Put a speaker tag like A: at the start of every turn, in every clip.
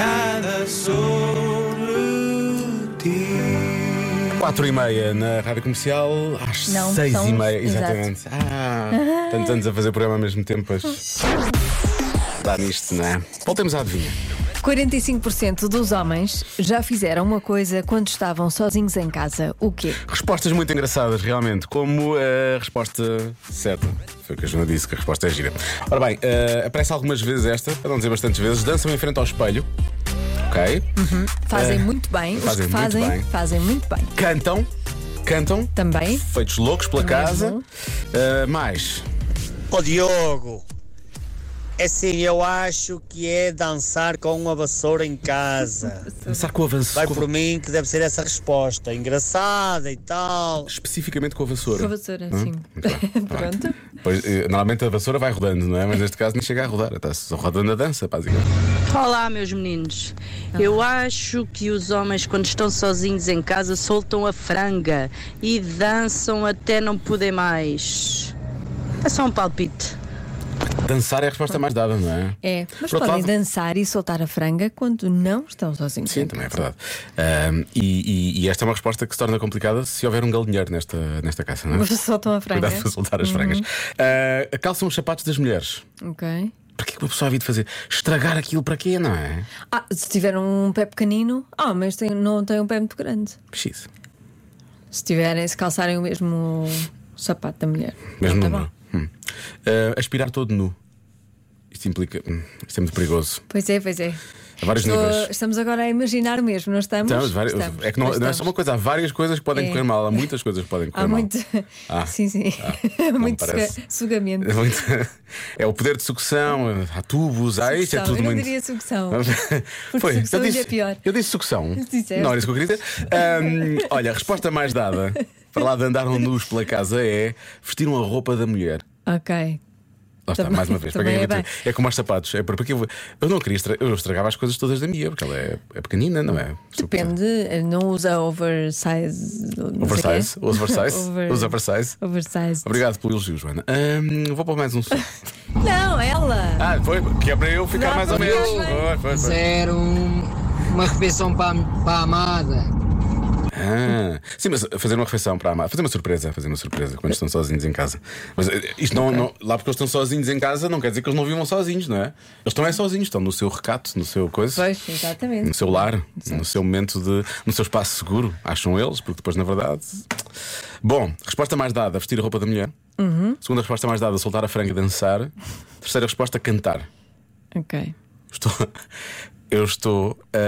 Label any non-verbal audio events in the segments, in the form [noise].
A: nada sobre ti.
B: 4 e meia na Rádio Comercial, às
C: Não,
B: 6
C: são
B: e
C: os-
B: meia,
C: exato.
B: exatamente. Ah, tantos anos a fazer programa ao mesmo tempo. Pois... Dá nisto, não é? Voltemos à adivinha.
C: 45% dos homens já fizeram uma coisa quando estavam sozinhos em casa. O quê?
B: Respostas muito engraçadas, realmente, como a resposta certa. Foi o que a Joana disse, que a resposta é gira. Ora bem, eh, aparece algumas vezes esta, para não dizer bastantes vezes, dançam em frente ao espelho, ok?
C: Fazem
B: Eh,
C: muito bem. Os
B: fazem
C: que
B: muito
C: fazem,
B: bem.
C: fazem muito bem.
B: Cantam, cantam,
C: Também.
B: feitos loucos pela
C: Também é
B: casa.
C: bom.
B: Eh, mais,
D: Ó Diogo, assim eu acho que é dançar com uma vassoura em
E: [laughs]
D: casa.
B: dançar com o avanço,
D: Vai
B: com-
D: por mim que deve ser essa resposta. Engraçada e tal.
B: especificamente com a vassoura.
C: Com a vassoura,
B: Hum?
C: sim. [laughs] Pronto.
B: Pois, eh, normalmente a vassoura vai rodando, não é? Mas neste caso nem chega a rodar, está só rodando a dança, basicamente.
F: Olá, meus meninos. Eu acho que os homens, quando estão sozinhos em casa, soltam a franga e dançam até não poder mais. É só um palpite.
B: Dançar é a resposta mais dada, não é?
C: É. Mas
B: Por outro
C: podem
B: lado-
C: dançar e soltar a franga quando não estão sozinhos. [laughs]
B: Sim, também é verdade. Ahm, e, e- e esta é uma resposta que se torna complicada se houver um galinheiro nesta, nesta casa, não é?
C: Soltam a franga.
B: Cuidado para soltar
C: Uhum.
B: as frangas. Ah, calçam os sapatos das mulheres.
C: Ok.
B: Para que é que uma pessoa havia de fazer? Estragar aquilo para quê, não é?
C: Ah, se tiver um pé pequenino, ah, mas tem- não tem um pé muito grande.
B: X.
C: Se tiverem, se calçarem o mesmo sapato da mulher.
B: Mesmo
C: Tá
B: número.
C: bom.
B: Hum. Ah, aspirar todo nu. Isto implica. hum, isto é muito perigoso.
C: Pois é, pois é.
B: A vários
C: Estou-
B: níveis.
C: estamos agora a imaginar mesmo, não estamos?
B: Estamos, várias-
C: Estamos,
B: é que não,
C: pois
B: não é
C: estamos.
B: só uma coisa, há várias coisas que podem
C: É.
B: correr mal, há muitas coisas que podem correr
C: Há
B: mal.
C: muito.
B: Ah.
C: [laughs] sim, sim.
B: Ah, não
C: [laughs] muito
B: me parece.
C: suga- sugamento.
B: [laughs] É [laughs] muito- É o poder de sucção, há tubos, há isto, é
C: Sucção.
B: tudo
C: eu não
B: muito.
C: diria
B: [laughs]
C: sucção.
B: Foi,
C: Porque sucção
B: eu
C: ainda
B: disse,
C: é pior.
B: Eu disse sucção.
C: Disseste.
B: Não era isso que eu queria dizer. Ahm, olha, a resposta mais dada para lá de andaram nus pela casa é vestiram a roupa da mulher.
C: Ok.
B: Lá está,
C: Também-
B: mais uma vez. para
C: também
B: quem
C: é bem.
B: é como aos sapatos. É porque eu, eu não queria estra- eu estragava as coisas todas da minha, porque ela é, é pequenina, não é?
C: Depende, não usa oversize. não
B: Oversize,
C: sei quê.
B: os oversize,
C: [laughs] Over-
B: os oversize.
C: Oversize.
B: Obrigado pelo elogio, Joana. Ahm, vou para mais um som.
C: Não, ela!
B: [laughs] Ah, foi, que é para eu ficar
C: Não,
B: mais ou
C: foi
B: menos.
C: bem.
B: Foi, foi, foi.
E: Zero, uma refeição para, a- para a amada.
B: Ah, sim, mas fazer uma refeição para amar, fazer uma surpresa, fazer uma surpresa quando estão sozinhos em casa. Mas eh, isto não, não- lá porque eles estão sozinhos em casa não quer dizer que eles não vivam sozinhos, não é? Eles estão é sozinhos, estão no seu recato, no seu coisa.
C: Pois, exatamente.
B: No seu lar, no seu momento de. no seu espaço seguro, acham eles, porque depois, na verdade. Bom, resposta mais dada: vestir a roupa da mulher.
C: Uhum.
B: Segunda resposta mais dada: soltar a franga e dançar. Terceira resposta: cantar. Hum.
C: Ok.
B: Estou. Eu estou. ah,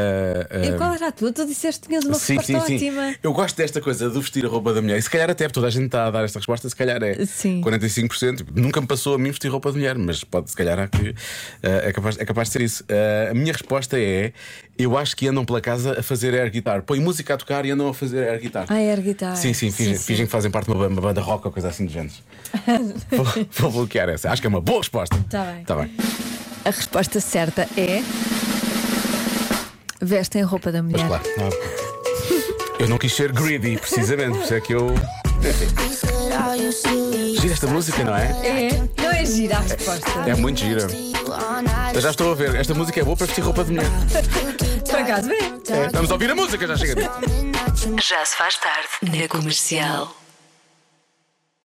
B: ah,
C: E qual era a tua? Tu disseste que tinhas uma
B: Sim, sim,
C: resposta
B: sim.
C: ótima.
B: Eu gosto desta coisa de vestir a roupa da mulher. E se calhar até toda a gente está a dar esta resposta, se calhar é
C: Sim.
B: 45%. Nunca me passou a mim vestir roupa de mulher, mas pode, se calhar, há que, eh, é, capaz, é capaz de ser isso. Eh, a minha resposta é: eu acho que andam pela casa a fazer air guitar. Põe música a tocar e andam a fazer air guitar.
C: Ah, air guitar.
B: Sim, sim, fingem, fingem que fazem parte de uma, ba- uma banda rock ou coisa assim do
C: [laughs]
B: género. vou, vou bloquear essa. Acho que é uma boa resposta.
C: Tá bem.
B: Tá bem.
C: A resposta certa é. Vestem a roupa da
B: Mas
C: mulher.
B: claro. não- Eu não quis ser greedy, precisamente, por isso é que eu. Gira esta música, não é?
C: É, não é gira a resposta.
B: É muito gira. Eu já estou a ver, esta música é boa para vestir roupa de mulher.
C: Por acaso, é.
B: Vamos ouvir a música, já chega.
G: Já se faz tarde na comercial.